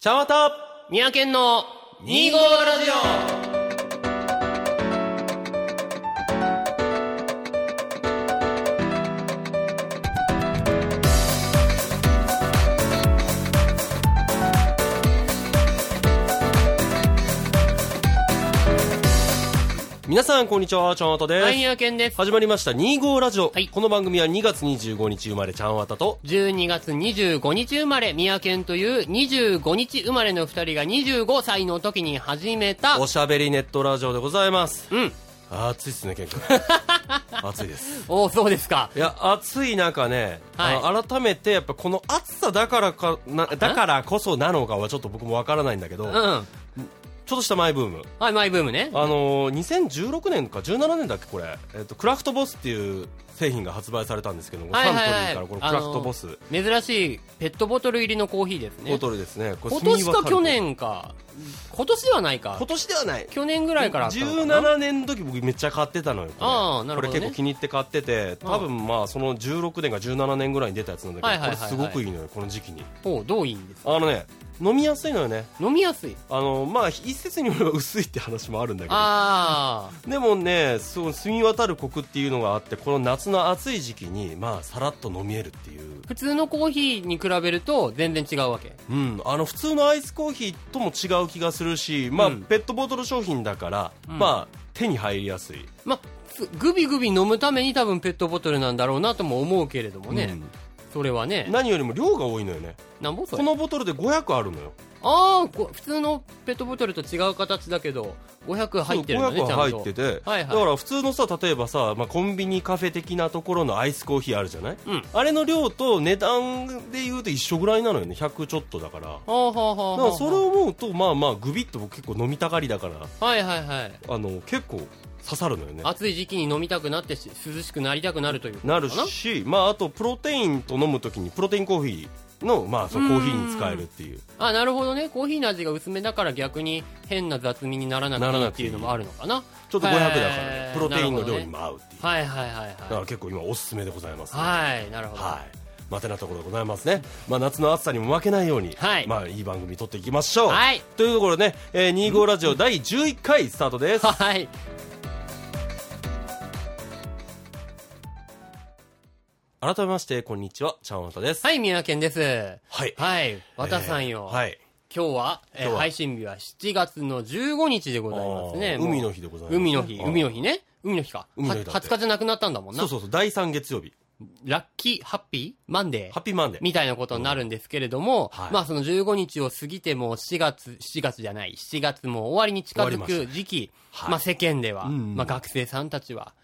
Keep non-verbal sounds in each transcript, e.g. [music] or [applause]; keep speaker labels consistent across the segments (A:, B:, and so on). A: 茶また
B: 三宅県の
A: 2
B: 2
A: 号
B: 号
A: ラ
B: ラ
A: ジ
B: ジ
A: 皆さん、こんにちは。ちゃんわたで
B: オ
A: す。
B: はい三宅健です
A: 始まりました、2号ラジオ。
B: はい
A: この番組は2月25日生まれ、ちゃんわたと、
B: 12月25日生まれ三宅県という25日生まれの2人が25歳の時に始めた
A: おしゃべりネットラジオでございます。
B: うん
A: 暑いっすね、ケン
B: [laughs]
A: 君。暑いです。
B: おおそうですか
A: いや、暑い中ね、
B: はい
A: あの改めて、やっぱこの暑さだからかな、だからこそなのかはちょっと僕もわからないんだけど、
B: うん
A: ちょっとしたマイブーム。
B: はいマイブームね
A: あのー、2016年か17年だっけこれ、えっとクラフトボスっていう製品が発売されたんですけども、
B: はいはい
A: サント
B: は
A: リー
B: い
A: からこのクラフトボス、
B: あの珍しいペットボトル入りのコーヒーですね
A: ボトルですねこれ
B: 今年
A: 炭は
B: か
A: カルボ
B: 去年か今年ではないか
A: 今年ではない
B: 去年ぐらいからあったのかな
A: 17年の時僕めっちゃ買ってたのよこれ
B: あーなる
A: こ
B: ほどね
A: れ結構気に入って買ってて多分まあその16年か17年ぐらいに出たやつなんだけど、
B: はいはいはいはい
A: これすごくいいのよこの時期に
B: ほうどういいんですか
A: あのね飲みやすいのよね
B: 飲みやすい
A: あのまあ一説によれば薄いって話もあるんだけど
B: ああ
A: でもねそう澄み渡るコクっていうのがあってこの夏の暑い時期にまあさらっと飲みえるっていう、
B: 普通のコーヒーに比べると全然違うわけ
A: うん、あの普通のアイスコーヒーとも違う気がするし、まあ
B: うん
A: ペットボトル商品だから、
B: うん
A: まあ手に入りやすい、
B: まあ、つグビグビ飲むために多分ペットボトルなんだろうなとも思うけれどもね、それは
A: うん
B: ね
A: 何よりも量が多いのよね
B: なんぼそ
A: こ
B: れ
A: のボトルで500あるのよ
B: ああこ普通のペットボトルと違う形だけど500入ってるんだね
A: そう
B: ちゃん
A: 500
B: と
A: 入ってて、
B: はいはい
A: だから普通のさ例えばさ、まあ、コンビニカフェ的なところのアイスコーヒーあるじゃない
B: うん
A: あれの量と値段で言うと一緒ぐらいなのよね100ちょっとだから
B: はあはあはあ
A: だ
B: は
A: か
B: あ
A: らそれを思うとまあまあグビッと僕結構飲みたがりだから
B: はいはいはい
A: あの結構刺さるのよね
B: 暑い時期に飲みたくなってし涼しくなりたくなるということ
A: なる
B: かな
A: しまああとプロテインと飲むときにプロテインコーヒーのまあそのコーヒーに使えるっていう
B: あなるほどねコーヒーの味が薄めだから逆に変な雑味にならな
A: なら
B: くていい
A: なく
B: って
A: ていい
B: いうのもあるのかな
A: ちょっと500だからね
B: へー
A: プロテインの量
B: な
A: に
B: るほどね
A: も合うっていう、
B: はいはいはい
A: だか
B: は
A: ら結構今おすすめでございます
B: い
A: ね
B: はいなるほど、
A: はいまてなところでございますね、まあ、夏の暑さにも負けないように、
B: はい
A: まあ、いい番組撮っていきましょう、
B: はい
A: というところでね、えー、25ラジオ第11回スタートです
B: はい。
A: 改めましてこんにちはちゃんわたです
B: はい、宮健です。
A: はい
B: はい、和田さんよ。
A: えーはい
B: 今日は、えー
A: 今日は
B: 配信日は7月の15日でございますね。
A: あー
B: もう
A: 海の日でございますね
B: 海の日、
A: あー
B: 海の日ね。海の日か。
A: 海の日だって
B: は20日じゃなくなったんだもんな。
A: そうそうそう第3月曜日
B: ラッキー、ハッピー、マンデ
A: ハ
B: ー。
A: ッピーマンデー
B: みたいなことになるんですけれども、
A: うんはい
B: まあその15日を過ぎても4月、7月じゃない、7月も終わりに近づ
A: 終わり
B: く時期、
A: はい
B: まあ世間では、
A: うん
B: まあ学生さんたちは、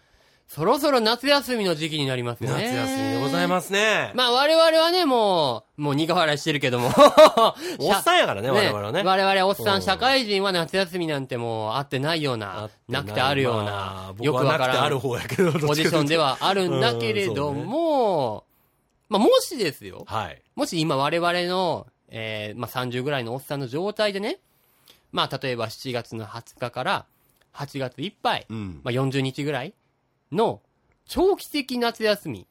B: そろそろ夏休みの時期になりますね。
A: 夏休みでございますね、
B: まあ我々はね、もう、もう苦笑いしてるけども。
A: おっさんやからね
B: ね
A: 我々はね
B: 我々おっさ
A: うん
B: ん、社会人は夏休みなんてもう会ってないよう
A: あっ
B: な
A: て、
B: なくてあるよう
A: まあ
B: な、
A: 僕
B: よく
A: は
B: わか
A: なくて
B: ら
A: ある
B: ん
A: 方やけど
B: ポジションで
A: は
B: はあるんだけれども、まあもしですよ、
A: はい
B: もし今我々の、えーまあ30ぐらいのおっさんの状態でね、まあ例えば7月の20日から8月いっぱい、
A: うん
B: まあ、40日ぐらいの長期的夏休み。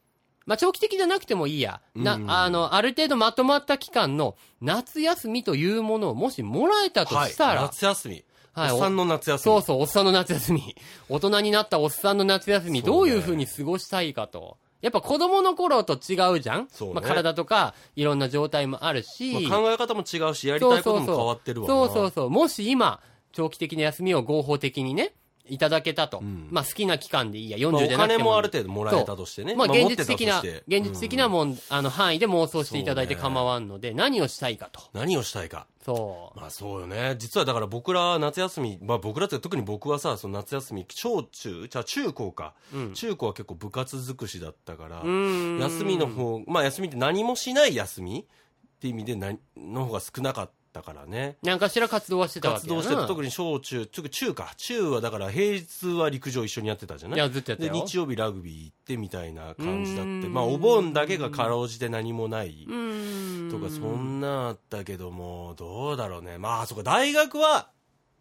B: まあ、長期的じゃなくてもいいや。な、
A: うん
B: あの、ある程度まとまった期間の夏休みというものをもしもらえたと
A: はい
B: したら、
A: 夏休み、
B: はい
A: おっさんの夏休み
B: そうそう、おっさんの夏休み。 [laughs] 大人になったおっさんの夏休み、
A: そうね
B: どういう風に過ごしたいかと。やっぱ子供の頃と違うじゃん、
A: そうね
B: まあ、体とか、いろんな状態もあるし。
A: まあ考え方も違うしやりたいことも変わってるわな
B: そうそうそうそうそうもし今長期的な休みを合法的にねいただけたと、
A: ん
B: まあ好きな期間でいいや
A: まあ
B: 40
A: お
B: じゃなく
A: 金
B: ても
A: もある程度もらえたとしてね
B: まあ
A: まあ
B: 現実的な、
A: 持ってたと
B: 現
A: して
B: 実的なもん、あの範囲で妄想していただいて構わんので、何をしたいかと
A: 何をしたいか
B: そう
A: まあそうよね実はだから僕ら夏休みまあ僕らって特に僕はさその夏休み小中じゃあ中高か、
B: うん
A: 中高は結構部活尽くしだったから、
B: うーん
A: 休みの方まあ休みって何もしない休みって意味でなの方が少なかったからね
B: 何かしら活動はしてたわけ
A: 活動してた特
B: に
A: に小中中中か中はだから平日は陸上一緒にやってたじゃない
B: いやずっとやって
A: で
B: たよ
A: 日曜日ラグビー行ってみたいな感じだって
B: うーん
A: まあお盆だけがかろうじて何もないと
B: と
A: かそんなあったけどもどうだろうねまあそこ大学は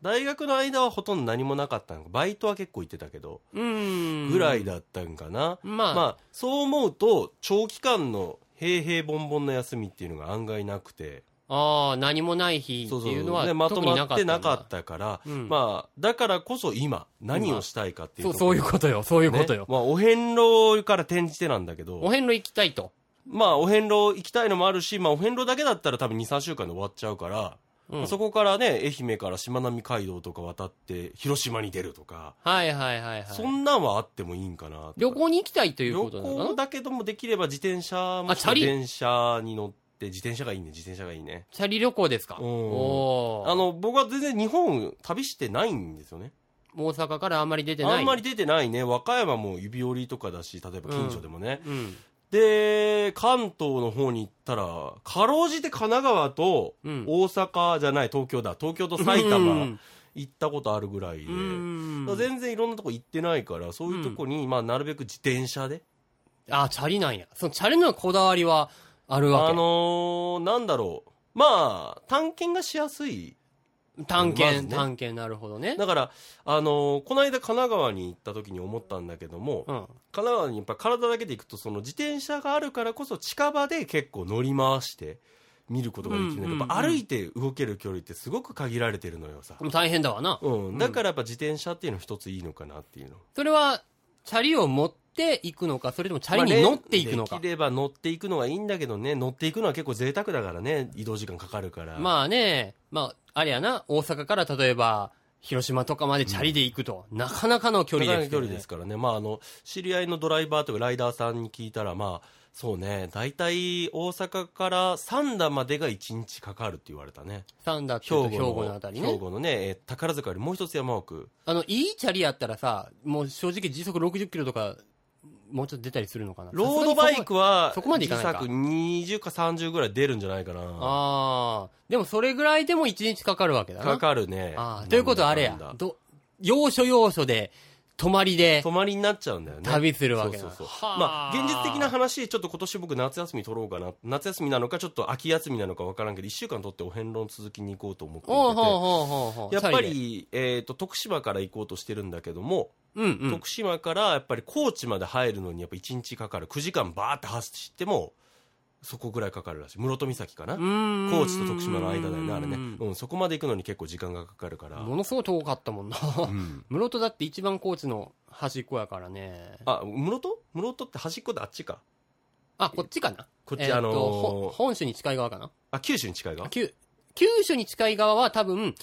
A: 大学の間はほとんど何もなかったのかバイトは結構行ってたけど
B: うん
A: ぐらいだったんかな、
B: まあ、
A: まあそう思うと長期間の平平凡凡な休みっていうのが案外なくて
B: ああ、何もない日
A: そう
B: っ
A: そ
B: て
A: う
B: いうのは、
A: ねまと
B: 特に
A: ま
B: なか
A: っ
B: った
A: て
B: んだ
A: なかったから、
B: うん
A: まあ、だからこそ今、何をしたいかっていう
B: そう、
A: と
B: そういうことよ、そういう
A: ね
B: ことよ。
A: まあ、お遍路から転じてなんだけ
B: お
A: ど、
B: 遍路行きたいと。
A: まあ、お遍路行きたいのもあるし、まあ、お遍路だけだったら多分2、3週間で終わっちゃうから、
B: うん
A: まあそこからね、愛媛からしまなみ海道とか渡って、広島に出るとか、
B: はいはいはいはい。
A: そんなんはあってもいいんかなとか。
B: 旅行に行きたいという
A: 旅
B: ことなのか
A: 行
B: な
A: だけどもできれば自転車も
B: あ
A: し
B: チ
A: くは
B: ャリ
A: 電車に乗って、自転車がいいね、自転車がいいね。
B: チャリ旅行ですか
A: うん
B: おー
A: あの、僕は全然日本旅してないんですよね。
B: 大阪からあんまり出てない。
A: あんまり。出てないね。和歌山も指折りとかだし、例えば近所でもね。
B: うん。
A: で、関東の方に行ったら、かろうじて神奈川と
B: うん
A: 大阪じゃない、東京だ。東京と埼玉。行ったことあるぐらいで。
B: うん。
A: だから全然いろんなとこ行ってないから、そういうとこに、まあ、なるべく自転車で。
B: あ、チャリなんや。そのチャリのこだわりはあるわ
A: あ
B: け。
A: のー、なんだろう。まあ、探検がしやすい。
B: 探
A: まず
B: 検、
A: ね
B: 探検、なるほどね。
A: だから、あのー、この間神奈川に行った時に思ったんだけども、
B: うん。
A: 神奈川にやっぱ体だけで行くと、その自転車があるからこそ近場で結構乗り回して見ることができるんだけど、
B: うんうんうん
A: やっぱ歩いて動ける距離ってすごく限られてるのよさ
B: で。も大変だわな。
A: うん。だからやっぱ自転車っていうの一ついいのかなっていうの。
B: それは、チャリを持っていくのか、それともチャリに乗っていくの
A: まあ
B: か
A: ね。できれば乗っていくのがいいんだけどね、乗っていくのは結構贅沢だからね、移動時間かかるから。
B: まあね、まあ、あれやな、大阪から例えば、広島とかまでチャリで行くと、なかなかの距
A: 距
B: 離
A: 離
B: です、ね。
A: 距離ですからね、まあ、あの知り合いのドライバーとかライダーさんに聞いたら、まあ、そうね、大体大阪から三田までが1日かかるって言われたね、
B: サンダーって
A: 兵
B: いう
A: 庫の
B: と兵庫のあたり
A: 兵
B: ね。
A: 庫のね、えー宝塚よりもう一つ山奥、
B: あの、いいチャリやったらさ、もう正直時速60キロとか、もうちょっと出たりするのかな。
A: ロードバイクは
B: そこまでいかないか
A: 時速20か30ぐらい出るんじゃないかな、
B: ああー、でもそれぐらいでも1日かかるわけだな。
A: かかるね。
B: ああ、ということはあれ
A: なんだか
B: や
A: ん。だ
B: ど、要所要所で、泊まりで
A: 泊、まりになっちゃうんだよね。
B: 旅するわけだ
A: そうそうそう。
B: はあ
A: まあ、現実的な話、ちょっと今年僕夏休み取ろうかな。夏休みなのか、ちょっと秋休みなのか分からんけど、1週間取ってお遍路の続きに行こうと思ってい
B: おう
A: て
B: ほうほうほうほう。
A: やっぱ
B: チャリで、
A: り、えっ、と、徳島から行こうとしてるんだけども、
B: うんうん。
A: 徳島からやっぱり高知まで入るのにやっぱ1日かかる。9時間バーって走っても、そこぐらいかかるらしい。室戸岬かな
B: 高
A: 高知と徳島の間だよね、あれね。うん、そこまで行くのに結構時間がかかるから。
B: ものすごい遠かったもんな。
A: うん
B: [laughs] 室戸だって一番高知の端っこやからね。
A: あ、室戸室戸って端っこであっちか。
B: あ、こっちかな。
A: こっち、
B: えーと
A: あのー
B: ほ本州に近い側かな。
A: あ、九州に近いが
B: 九九州に近い側は多分、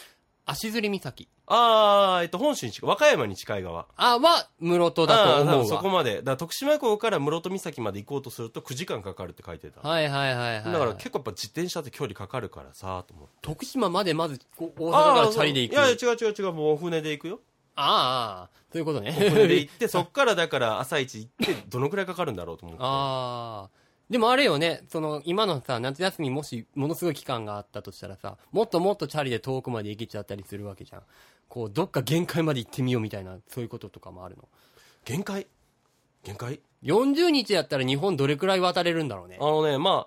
B: 足摺岬。
A: あー、えっと、本州に近い、和歌山に近い側。
B: あ、は、室戸だと
A: あー多分
B: 思う
A: そこ
B: わ。
A: まで。だから徳島港から室戸岬まで行こうとすると9時間かかるって書いてた。
B: はいはいはいはい。
A: だから結構やっぱ自転車って距離かかるからさ、と思って。
B: 徳島までまず、こう大阪からチャリで行く。
A: いやいや
B: あ
A: 違う違う違う、もうお船で行
B: [laughs]
A: くよ。
B: あ、ということね。
A: お船で行って、そっからだから朝一行って、どのくらいかかるんだろうと思って。
B: [laughs] [laughs] ああ。でもあれよね、その、今のさ、夏休みもし、ものすごい期間があったとしたらさ、もっともっとチャリで遠くまで行けちゃったりするわけじゃん。こう、どっか限界まで行ってみようみたいな、そういうこととかもあるの。
A: 限界限界
B: 40日やったら日本どれくらい渡れるんだろうね
A: あ。のね、まあ、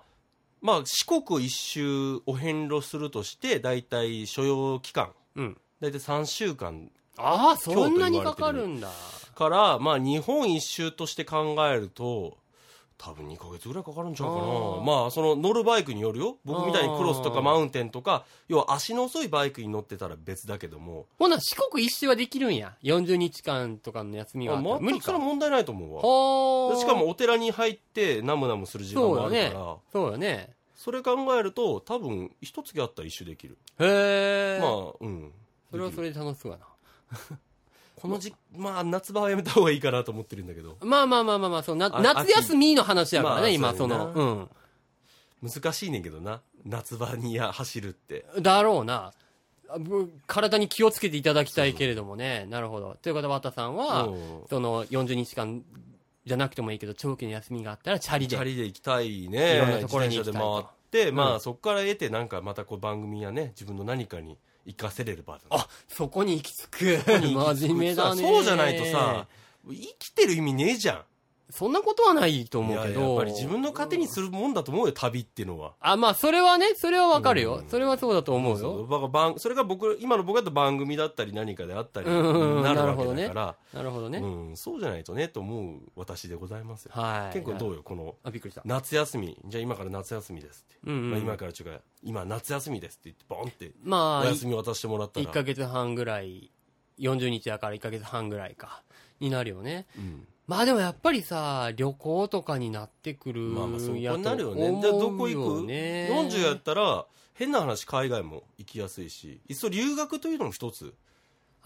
A: まあ四国一周お遍路するとして、だいたい所要期間。
B: うん。
A: だいたい3週間
B: ああ、そんなにかかるんだ。
A: から、まあ、日本一周として考えると、多分2ヶ月ぐらいかかるんちゃうかな
B: あー。
A: まあ、その乗るバイクによるよ。僕みたいにクロスと
B: あ
A: か
B: ー
A: マウンテンとか、要は足の遅いバイクに乗ってたら別だけども、
B: ほな、四国一周はできるんや。40日間とかの休みはあったら。
A: あ
B: 無
A: 全
B: 理
A: くそ
B: か
A: れは。問題ないと思うわ。
B: ほー
A: しか、もお寺に入ってナムナムする時間もあるから、
B: そ
A: そ
B: うそうよね。
A: れ考えると多分一月あったら一周できる。
B: へえ。
A: まあ、うん。
B: それはそれで楽しそうやな。
A: この時、まあ夏場はやめた方がいいかなと思ってるんだけど、
B: まあまあまあまあまあ、そのな
A: あ
B: 夏休みの話やからね、
A: まあ
B: 今、
A: そ
B: そう
A: やな
B: の、うん。
A: 難しいねんけどな。夏場にや走るって。
B: だろうな。あぶ体に気をつけていただきたいけれどもね。なるほど。ということは、渡さんは
A: う、ん
B: その、40日間じゃなくてもいいけど、長期の休みがあったら、チャリ
A: チ
B: で。
A: ャリで行きたいね。
B: いろんなところに行き
A: 自
B: たいと
A: 転車で回って、ま
B: う
A: あそこから得て、なんかまたこう番組やね、自分の何かに活かせれれば。
B: あ、そこに行き着く。
A: に行き着く
B: 真面目だね。
A: そうじゃないとさ、生きてる意味ねえじゃん。
B: そんなことはないと思うけ
A: い
B: ど。
A: ややっぱり自分の糧にするもんだと思うよ、旅っていうのは。
B: あ、まあ、それはね、それはわかるよ。それはそうだと思う
A: そう
B: よ。
A: だから番それが僕今の僕だと番組だったり何かであったり
B: う
A: に
B: んうんうん
A: なる
B: なる
A: わ
B: ほど
A: け
B: ね
A: だから、
B: なるほどね。
A: うん、そうじゃないとねと思う私でございますよ、
B: はい。
A: 結構どうよこの
B: あ、びっくりした。
A: 夏休みじゃあ今から夏休みですって、
B: うんうん
A: まあ、今からちゅうか今夏休みですって言ってボンって
B: ま
A: お
B: あ、
A: 休み渡してもらった
B: 1
A: ら、
B: ヶ月半ぐらい、40日だから1ヶ月半ぐらいか、になるよね。
A: うん、
B: まあでもやっぱりさ、旅行とかになってくる
A: まあまあそう
B: や
A: に
B: と
A: なるよね
B: 思う
A: でどこ行
B: よ
A: く
B: ね
A: ?40 やったら変な話海外も行きやすいしいっそ留学というのも一つ手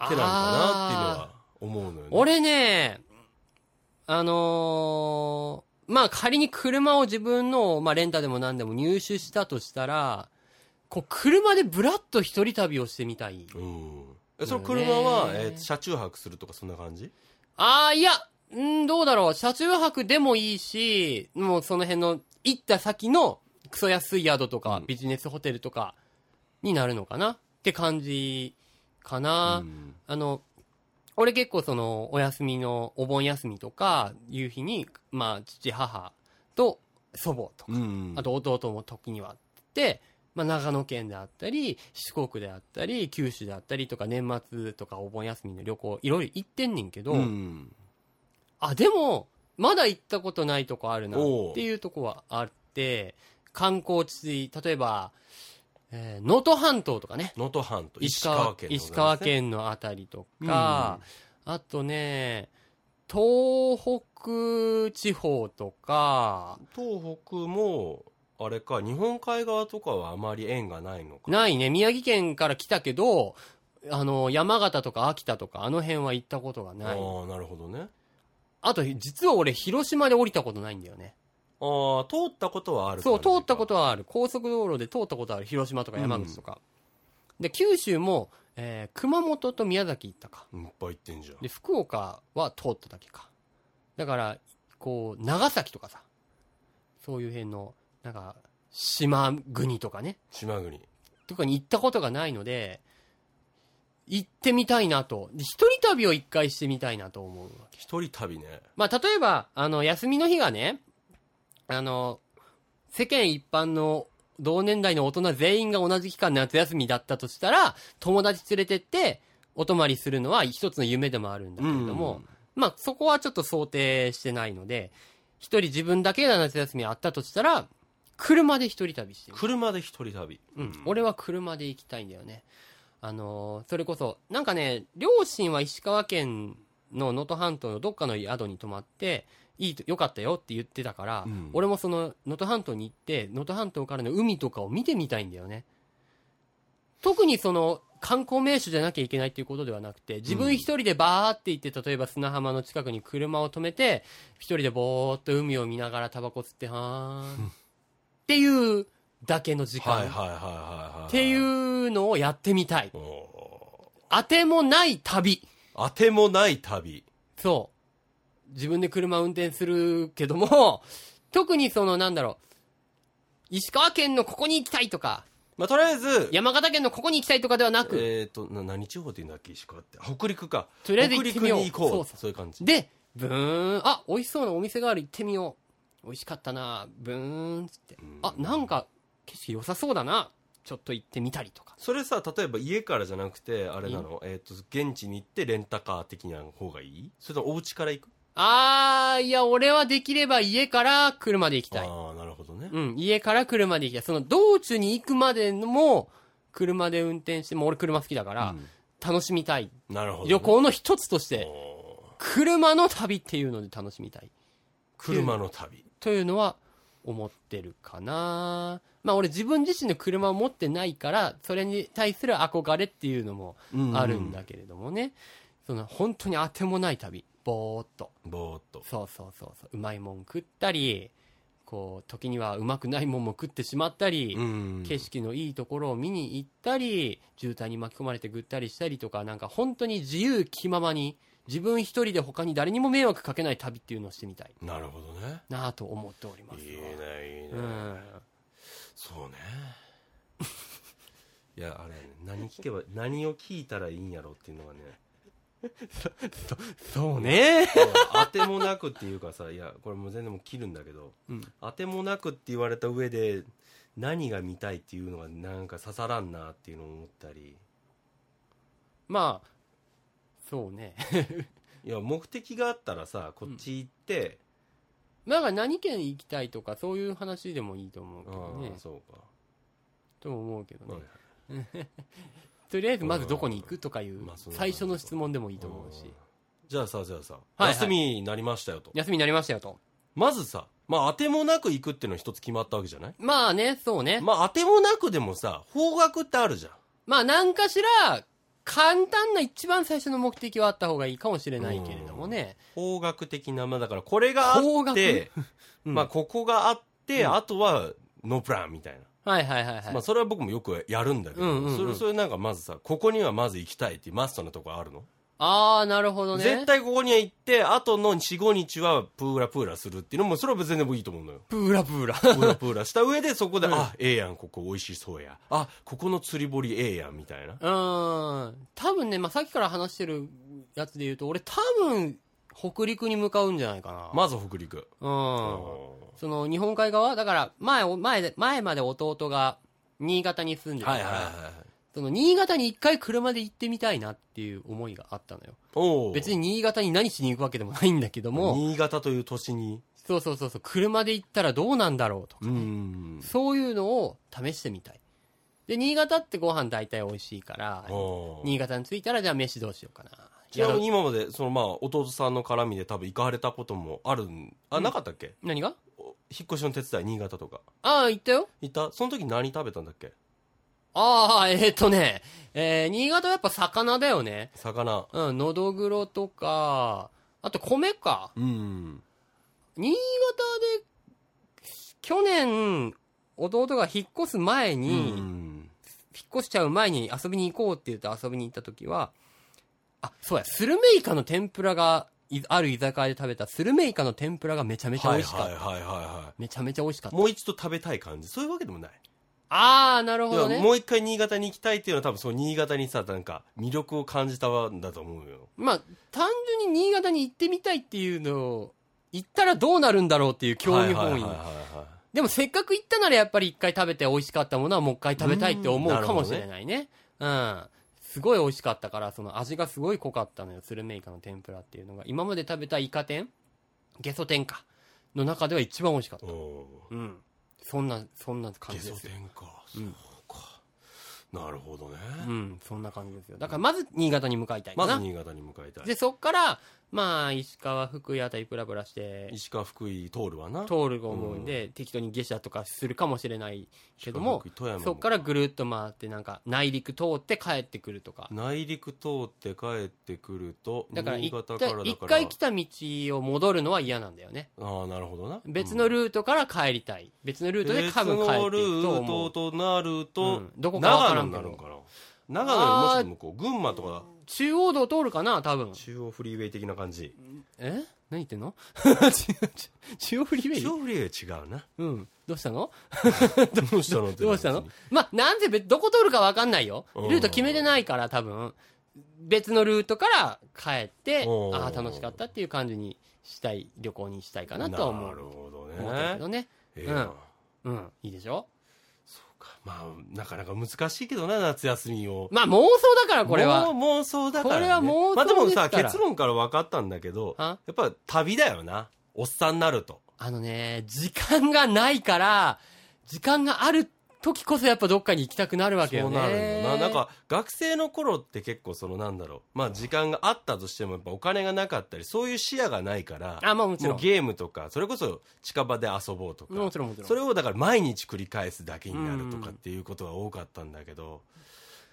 A: なのかなっていうの
B: あー
A: は思うのよね
B: 俺ね、あのーまあ仮に車を自分の、まあレンタでも何でも入手したとしたら、こう車でぶらっと一人旅をしてみたい。
A: うんえその車は、
B: ね
A: えー車中泊するとかそんな感じ
B: ああ、いや、んーどうだろう。車中泊でもいいし、もうその辺の、行った先のクソ安い宿とか、
A: うん
B: ビジネスホテルとかになるのかなって感じかな。
A: うん
B: あの、俺結構その、お休みの、お盆休みとか、夕日に、まあ、父、母と祖母とか、
A: うん
B: あと弟も時にはって、まあ、長野県であったり、四国であったり、九州であったりとか、年末とかお盆休みの旅行、いろいろ行ってんねんけど、
A: うん
B: あ、でも、まだ行ったことないとこあるなっていうとこはあって、観光地、例えば、えー能登半島とかね。
A: 能登半島
B: 石
A: 石
B: 川
A: 川県
B: 石川県のあたりと
A: が
B: か、あとね、東北地方とか、
A: 東北もあれか日本海側とかはあまり縁がないのか
B: ないね、宮城県から来たけど、あの、山形とか秋田とか、あの辺は行ったことがない。
A: ああなるほどね
B: あと、実は俺、広島で降りたことないんだよね。
A: ああ通ったことはある
B: そう、通
A: 感じか
B: ったことはある。高速道路で通ったことある。広島とか山口とか。で、九州も、えー熊本と宮崎行ったか。
A: いっぱい行ってんじゃん
B: で、福岡は通っただけか。だから、こう、長崎とかさ、そういう辺の、なんか、島国とかね、
A: 島国
B: とかに行ったことがないので、行ってみたいなと。で、一人旅を一回してみたいなと思うわけ。
A: 一人旅ね
B: まあ、例えば、あの、休みの日がね、あの、世間一般の同年代の大人全員が同じ期間夏休みだったとしたら、友達連れてって、お泊まりするのは一つの夢でもあるんだけれども、まあ、そこはちょっと想定してないので、一人自分だけが夏休みあったとしたら、車で一人旅してみる
A: 車で一人旅
B: うん、俺は車で行きたいんだよね。あのーそれこそ、なんかね、両親は石川県の能登半島のどっかの宿に泊まって、いいと、良かったよって言ってたから、
A: うん
B: 俺もその、能登半島に行って、能登半島からの海とかを見てみたいんだよね。特にその、観光名所じゃなきゃいけないっていうことではなくて、自分一人でバーって行って、例えば砂浜の近くに車を止めて、一人でぼーっと海を見ながらタバコ吸って、は
A: [laughs]
B: ーん。っていうだけの時間。
A: はいはいはいはいはい
B: っていうのをやってみたい。
A: お
B: 当てもない旅。
A: ー当てもない旅
B: そう。自分で車運転するけども、特にそのなんだろう、石川県のここに行きたいとか、
A: まあとりあえず
B: 山形県のここに行きたいとかではなく、
A: えっ、とな何地方っていうんだっけ石川って北陸か
B: とりあえず
A: 北
B: 行って
A: 陸
B: みよう
A: に行こう
B: そう
A: そう
B: そう
A: いう感じ
B: で、ブーン、あ、美味しそうなお店がある行ってみよう。美味しかったな、ブーン、つって。あ、なんか景色良さそうだな、ちょっと行ってみたりとか。
A: それさ例えば家からじゃなくてあれなの、えっと現地に行ってレンタカー的な方がいいそれともお家から行く
B: あー、いや、俺はできれば家から車で行きたい。
A: ああなるほどね、
B: うん、家から車で行きたい。その道中に行くまでも、車で運転して、もう俺車好きだから、楽しみたい。
A: なるほどね、
B: 旅行の一つとして、
A: おー
B: 車の旅っていうので楽しみたい。
A: 車の旅
B: というのは、思ってるかなまあ俺自分自身の車を持ってないから、それに対する憧れっていうのもあるんだけれどもね。その、本当に当てもない旅。ぼーっと。
A: ぼーっと
B: そうそうそうそう。うまいもん食ったり、こう、時にはうまくないもんも食ってしまったり、
A: うん
B: 景色のいいところを見に行ったり、渋滞に巻き込まれてぐったりしたりとか、なんか本当に自由気ままに、自分一人で他に誰にも迷惑かけない旅っていうのをしてみたい
A: なるほどね
B: なぁと思っております。
A: いいねいいね、
B: うん。
A: そうね [laughs]
B: [laughs]
A: いやあれ何聞けば何を聞いたらいいんやろっていうのはね
B: そうね。
A: 当てもなくっていうかさいやこれもう全然もう切るんだけど
B: うん。
A: 当てもなくって言われた上で何が見たいっていうのがなんか刺さらんなっていうのを思ったり
B: まあ、そうね。 [laughs]
A: いや目的があったらさこっち行って、
B: なんか何県行きたいとか、そういう話でもいいと思うけ
A: あ
B: ど
A: あ
B: ね。
A: そうか、
B: と思うけど
A: はい
B: ね
A: は。い
B: とりあえずまずどこに行くとかいう
A: まあそうだね
B: 最初の質問でもいいと思うし
A: ん。じゃあさじゃあさ、
B: はい
A: 休みになりましたよと
B: 休みになりましたよと。
A: まずさまあ当てもなく行くっていうの一つ決まったわけじゃない
B: まあね、そうね。
A: まあ当てもなくでもさ方角ってあるじゃん
B: まあ何かしら、簡単な一番最初の目的はあった方がいいかもしれないけれどもね。
A: 方角的なまあだからこれがあ
B: 方
A: っ
B: 角
A: て、
B: うん
A: [laughs] まあここがあって、
B: うん
A: あとはノープランみたいな、
B: はいはいはいはい。
A: まあそれは僕もよくやるんだけど、
B: うんうんうん
A: それそれなんかまずさここにはまず行きたいっていうマストなとこあるの、
B: ああ、なるほどね。
A: 絶対ここには行ってあとの45日はプーラプーラするっていうのもそれは全然いいと思うのよ
B: プーラプーラ。
A: プーラプーラした上
B: [laughs]
A: でそこで、
B: うん
A: あええやんここ美味しそうやあここの釣り堀ええやんみたいな
B: うーん。多分ね、まあ、さっきから話してるやつで言うと、俺多分、北陸に向かうんじゃないかな。
A: まず北陸
B: うん。その、日本海側だから、前、前で、前まで弟が、新潟に住んでたか
A: はいはい
B: ら、
A: はい
B: その、新潟に一回車で行ってみたいなっていう思いがあったのよ。
A: おお
B: 別に新潟に何しに行くわけでもないんだけども、
A: 新潟という都市に
B: そうそうそうそう、車で行ったらどうなんだろうとか、
A: うん
B: そういうのを試してみたい。で、新潟ってご飯大体美味しいから、
A: おー
B: 新潟に着いたらじゃあ飯どうしようかな。
A: ちなみに今までそのまあ弟さんの絡みで多分行かれたこともあるんあ、なかったっけ
B: 何が
A: お引っ越しの手伝い新潟とか
B: ああ、行ったよ。
A: 行ったその時何食べたんだっけ
B: ああ、えーっ、とね、えー、新潟はやっぱ魚だよね。
A: 魚
B: うん、のどぐろとか、あと米か。
A: うん
B: 新潟で、去年、弟が引っ越す前
A: う
B: に、
A: ん
B: 引っ越しちゃう前に遊びに行こうって言って遊びに行った時は、あ、そうや、スルメイカの天ぷらが、いある居酒屋で食べたスルメイカの天ぷらがめちゃめちゃ美味しかった。
A: はいはいはいはいは
B: めちゃめちゃ美味しか
A: い
B: った。
A: もう一度食べたい感じそういうわけでもない
B: あー、なるほど
A: いや
B: ね。
A: もう一回新潟に行きたいっていうのは多分その新潟にさなんか魅力を感じたんだと思うよ
B: まあ、単純に新潟に行ってみたいっていうのを、行ったらどうなるんだろうっていう興味本
A: はいはい
B: 位
A: はい。はいはい
B: でもせっかく行ったならやっぱり一回食べて美味しかったものはもう一回食べたいって思
A: うんな
B: う
A: る
B: か
A: ほど
B: も
A: ね
B: しれないね。うん。すごい美味しかったから、その味がすごい濃かったのよ。スルメイカの天ぷらっていうのが。今まで食べたイカ天ゲソ天か。の中では一番美味しかった。
A: お
B: うん。そんな、そんな
A: ー
B: 感
A: ゲ
B: じで
A: ソ
B: すよ。
A: 天か
B: う
A: そうんかなるほどね
B: うん、そんな感じですよ。だからまず新潟に向かいたいか
A: ま
B: な。
A: ず新潟に向かいたい
B: で、そっから、まあ、石川、福井あたりプラプラして、
A: 石川福井通るわな
B: 通ると思うんで、適当に下車とかするかもしれないけども
A: 四、国富山も
B: そっからぐるっと回ってなんか内陸通って帰ってくるとか
A: 内陸通って帰ってくると
B: だから
A: 新
B: 一
A: 潟か
B: 回
A: らだから
B: 一回来た道を戻るのは嫌なんだよね
A: ああなるほどな
B: 別のルートから帰りたい、別のルートで多分帰
A: 別の
B: って
A: ル
B: いくと
A: ー
B: 思う
A: トとなる
B: う
A: と、
B: んどこかわ
A: 長
B: から
A: 野
B: ん
A: になるん
B: けど
A: かな長野よりもうちょっと向こう群馬とか
B: 中央道通るかな多分
A: 中央フリーウェイ的な感じ
B: え何言ってんの [laughs] 中央フリーウ
A: 中
B: ェイ
A: 央フリーウェイ違うな
B: うんどうしたの
A: どうしたのって
B: どうしたのまあ、なんせ別、どこ通るかわかんないよ。
A: うん
B: ルート決めてないから、多分。別のルートから帰って
A: う、ん
B: ああ、楽しかったっていう感じにしたい、旅行にしたいかなとは思
A: なる
B: う。
A: ほど
B: 思ったけ
A: ね
B: どね。
A: ええな
B: うんうん。いいでしょ
A: そうかまあなかなか難しいけどな夏休みを
B: まあ、妄想だから、これは。
A: もう妄想だから、ね、
B: これは妄想
A: まあでも
B: です
A: さ
B: から
A: 結論から分かったんだけどや
B: あ
A: っぱ旅だよなおっさんになると
B: あのね、時間がないから、時間がある時こそやっぱどっかに行きたくなるわけ
A: そ
B: よ
A: う
B: ね。
A: なるよな。なんか、学生の頃って結構そのなんだろう。まあ時間があったとしてもやっぱお金がなかったり、そういう視野がないから、
B: あ、まあもちろ
A: も
B: ん
A: う。ゲームとか、それこそ近場で遊ぼうとか、
B: もちろんもちろん。
A: それをだから毎日繰り返すだけになるとかっていうことが多かったんだけど、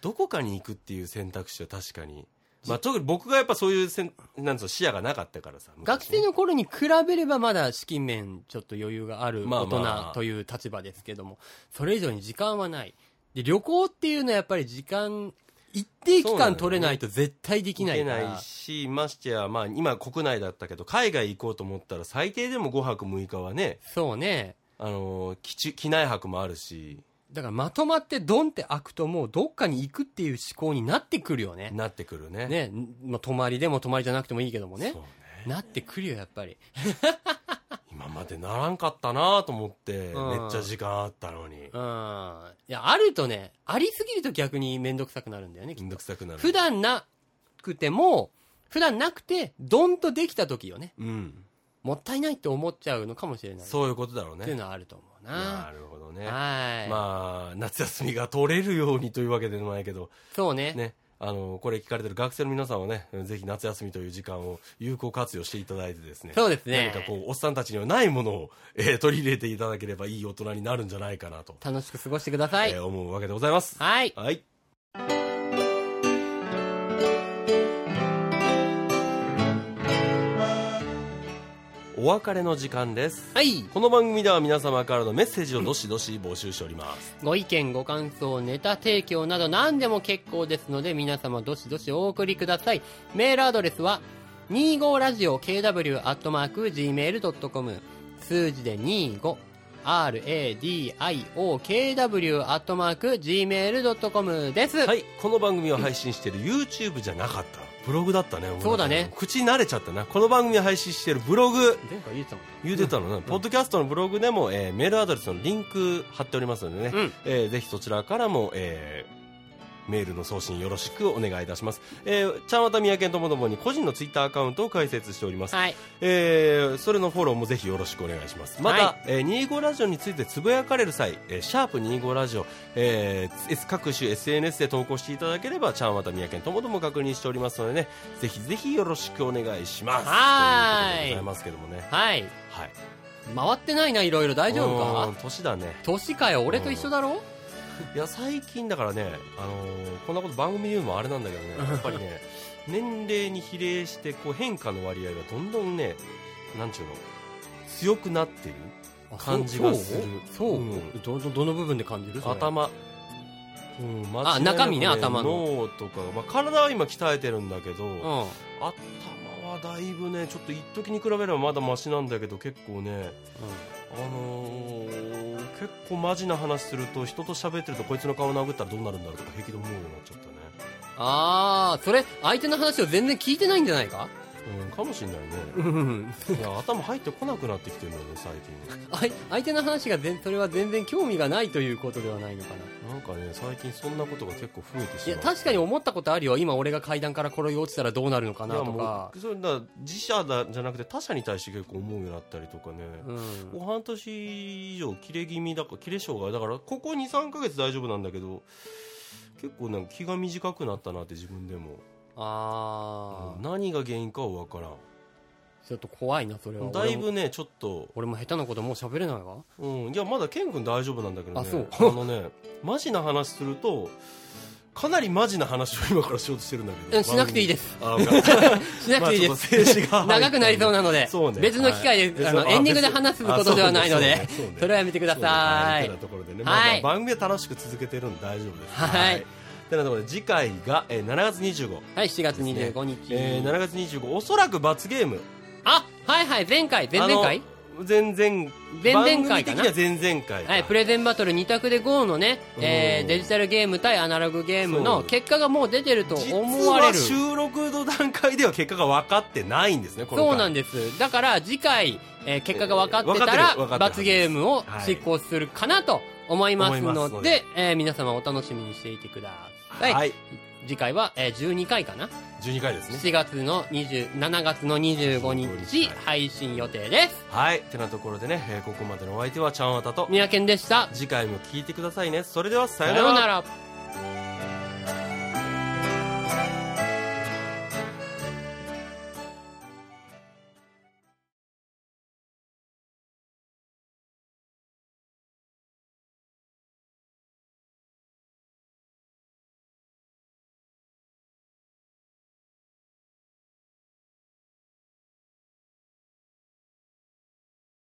A: どこかに行くっていう選択肢は確かに、まあ特に僕がやっぱそういうせんなんつうの視野がなかったからさ。
B: 学
A: 昔ね
B: 生の頃に比べればまだ資金面ちょっと余裕がある
A: ま
B: 大
A: あまあ
B: 人という立場ですけども、それ以上に時間はない。で、旅行っていうのはやっぱり時間、一定期
A: そうなんだよ
B: 間
A: ね
B: 取れないと絶対できないから。
A: 行けないし、ましてや、まあ今国内だったけど、海外行こうと思ったら最低でも5泊6日はね、
B: そうね。
A: あのー、機中機内泊もあるし、
B: だからまとまってドンって開くともうどっかに行くっていう思考になってくるよね。
A: なってくるね
B: ね、まあ、泊まりでも泊まりじゃなくてもいいけどもね
A: そう。ね
B: なってくるよ、やっぱり。
A: 今までならんかったなと思って、
B: うん
A: めっちゃ時間あったのに
B: うん。いや、あるとね、ありすぎると逆にめんどくさくなるんだよね、き
A: め
B: っ
A: んど
B: と。
A: くさくなる
B: 普段なくても、普段なくて、ドンとできた時よね。
A: うん
B: もったいないって思っちゃうのかもしれない。
A: そういうことだろう
B: っていう
A: ね
B: のはあると思う
A: な
B: な。
A: るほどね
B: はい。
A: まあ夏休みが取れるようにというわけでもないけど
B: そうね。
A: ねあのこれ聞かれてる学生の皆さんはねぜひ夏休みという時間を有効活用していただいてですね
B: そうですね
A: 何かこうおっさんたちにはないものを、えー取り入れていただければいい大人になるんじゃないかなと、
B: 楽しく過ごしてください
A: え。ー思うわけでございます
B: はい。
A: はい。お別れの時間です。
B: はい。
A: この番組では皆様からのメッセージをどしどし募集しております。
B: ご意見、ご感想、ネタ提供など何でも結構ですので、皆様どしどしお送りください。メールアドレスは、25radio.kw.gmail.com 数字で 25radio.kw.gmail.com です。
A: はい。この番組を配信している YouTube じゃなかった。ブログだったね。
B: そうだね
A: 口慣れちゃったな。この番組を配信しているブログ、
B: 前回言ってたもんね。
A: 言うてたのね、ポッドキャストのブログでも、えーメールアドレスのリンク貼っておりますのでね、
B: うん
A: えーぜひそちらからも、えーメールの送信よろしくお願いいたします。えー、ちゃんわたみやけんともどもに個人のツイッターアカウントを開設しております。
B: はい。
A: えーそれのフォローもぜひよろしくお願いします。また、
B: は
A: えー25ラジオについてつぶやかれる際、えーシャープ25ラジオ、えー S- 各種 SNS で投稿していただければ、ちゃんわたみやけんともども確認しておりますのでね、ぜひぜひよろしくお願いします。
B: は
A: とう
B: ーい
A: ことでございますけどもね。
B: はい。
A: はい。
B: 回ってないな、いろいろ。大丈夫
A: うん
B: か
A: 年だね
B: 年かよ、俺と一緒だろ
A: いや最近だからね、あのーこんなこと番組で言うのもあれなんだけどねやっぱりね [laughs] 年齢に比例してこう変化の割合がどんどんねなんちゅうの強くなってる感じがする
B: そうそう、
A: うん
B: ど、ど、どの部分で感じるそれ
A: 頭うん、間違いなく
B: あ中身ね頭の
A: 脳とか、まあ、体は今鍛えてるんだけど、
B: うん。
A: 頭はだいぶねちょっと一時に比べればまだマシなんだけど結構ね
B: うん
A: あのー結構マジな話すると人と喋ってるとこいつの顔殴ったらどうなるんだろうとか平気で思うようになっちゃったね
B: あー、それ、相手の話を全然聞いてないんじゃないか
A: うん、かもしんない
B: [laughs]
A: ね。
B: うん。
A: いや、頭入ってこなくなってきてるんだよね、最近。
B: 相手の話が全、それは全然興味がないということではないのかな。
A: なんかね、最近そんなことが結構増えてし
B: い
A: ま
B: や、
A: う。
B: 確かに思ったことあるよ。今俺が階段から転げ落ちたらどうなるのか
A: い
B: な
A: や
B: と
A: も
B: か。
A: う、それだ自社だじゃなくて他社に対して結構思うようになったりとかね。
B: うん。
A: もう半年以上、切れ気味だから、切れ性が、だから、ここ2、3ヶ月大丈夫なんだけど、結構なんか気が短くなったなって自分でも。
B: あー、
A: 何が原因かは分から
B: ちょっと怖いな、それは。
A: ん。だい
B: 俺も
A: ぶね、ちょっと、
B: 俺も下手なこともう喋れないわ。
A: うん、いやまだケン君大丈夫なんだけどね
B: あそう
A: [laughs] あのねマジな話するとかなりマジな話を今からしようとしてるんだけど、
B: うんしなくていいです
A: あ分かった
B: しなくていいで
A: まあ
B: す。
A: ちょっと静止が入った
B: [laughs] 長くなりそうなの [laughs] で、
A: そうね
B: 別の機会で、
A: はい
B: あの、
A: 別の
B: エンディングで話すことではないの
A: あそうね
B: で
A: そうねそうね、
B: [laughs] それはやめてくださ
A: そうねはい
B: い
A: てな。ところでね、まあ
B: はい
A: まあ番組は楽しく続けてるんで大丈夫です
B: はい
A: てなところで次回が、えー7月25、
B: はい、7月
A: ですね
B: 25日。
A: えー7月25おそらく罰ゲーム
B: あ、はいはい、前回、前々回
A: あの前々
B: 前々回
A: 番
B: か
A: 組的
B: な
A: には前々回か
B: はい、プレゼンバトル2択で GO のね、え
A: う
B: ー
A: ん
B: デジタルゲーム対アナログゲーム
A: そ
B: の
A: う
B: 結果がもう出てると
A: 実
B: 思われ
A: は
B: る。
A: 収録の段階では結果が分かってないんですねこの回
B: そうなんです。だから次回、えー結果が分かってた、
A: えー分かってる分からってるはず
B: 罰ゲームを執行するかなと思いま
A: 思
B: す
A: います
B: の
A: の
B: で
A: で、
B: えー皆様お楽しみにしていてください。
A: はい
B: 次回は、えー12回かな
A: 12回ですね
B: ?7 月の20、7月の25日配信予定です。
A: はいてなところでね、えーここまでのお相手はちゃんわたと
B: 宮健でした。
A: 次回も聞いてくださいねそれではさ
B: さ
A: よう
B: よう
A: な
B: な
A: ら
B: ら。